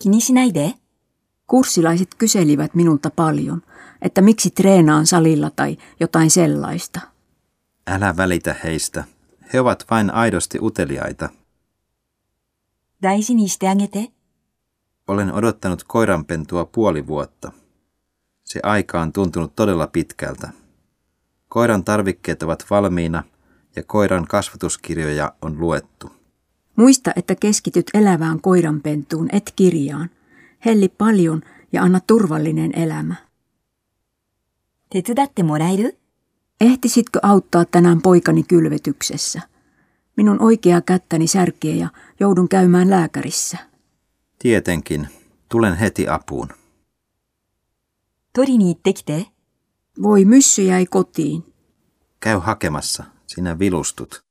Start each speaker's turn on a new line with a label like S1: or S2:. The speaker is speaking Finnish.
S1: 気にしないで。
S2: Kurssilaiset kyselivät minulta paljon, että miksi treenaan salilla tai jotain sellaista.
S3: Älä välitä heistä. He ovat vain aidosti uteliaita.
S1: 大事にしてあげて。
S3: Olen odottanut koiranpentua puoli vuotta. Se aika on tuntunut todella pitkältä. Koiran tarvikkeet ovat valmiina ja koiran kasvatuskirjoja on luettu.
S2: Muista, että keskityt elävään koiranpentuun, et kirjaan. Helli paljon ja anna turvallinen elämä.
S1: 手伝ってもらえる
S2: Ehtisitkö auttaa tänään poikani kylvetyksessä? Minun oikea kättäni särkee ja joudun käymään lääkärissä.
S3: Tietenkin, tulen heti apuun.
S1: 取りに行ってきて。
S2: Voi myssy jäi kotiin.
S3: Käy hakemassa, sinä vilustut.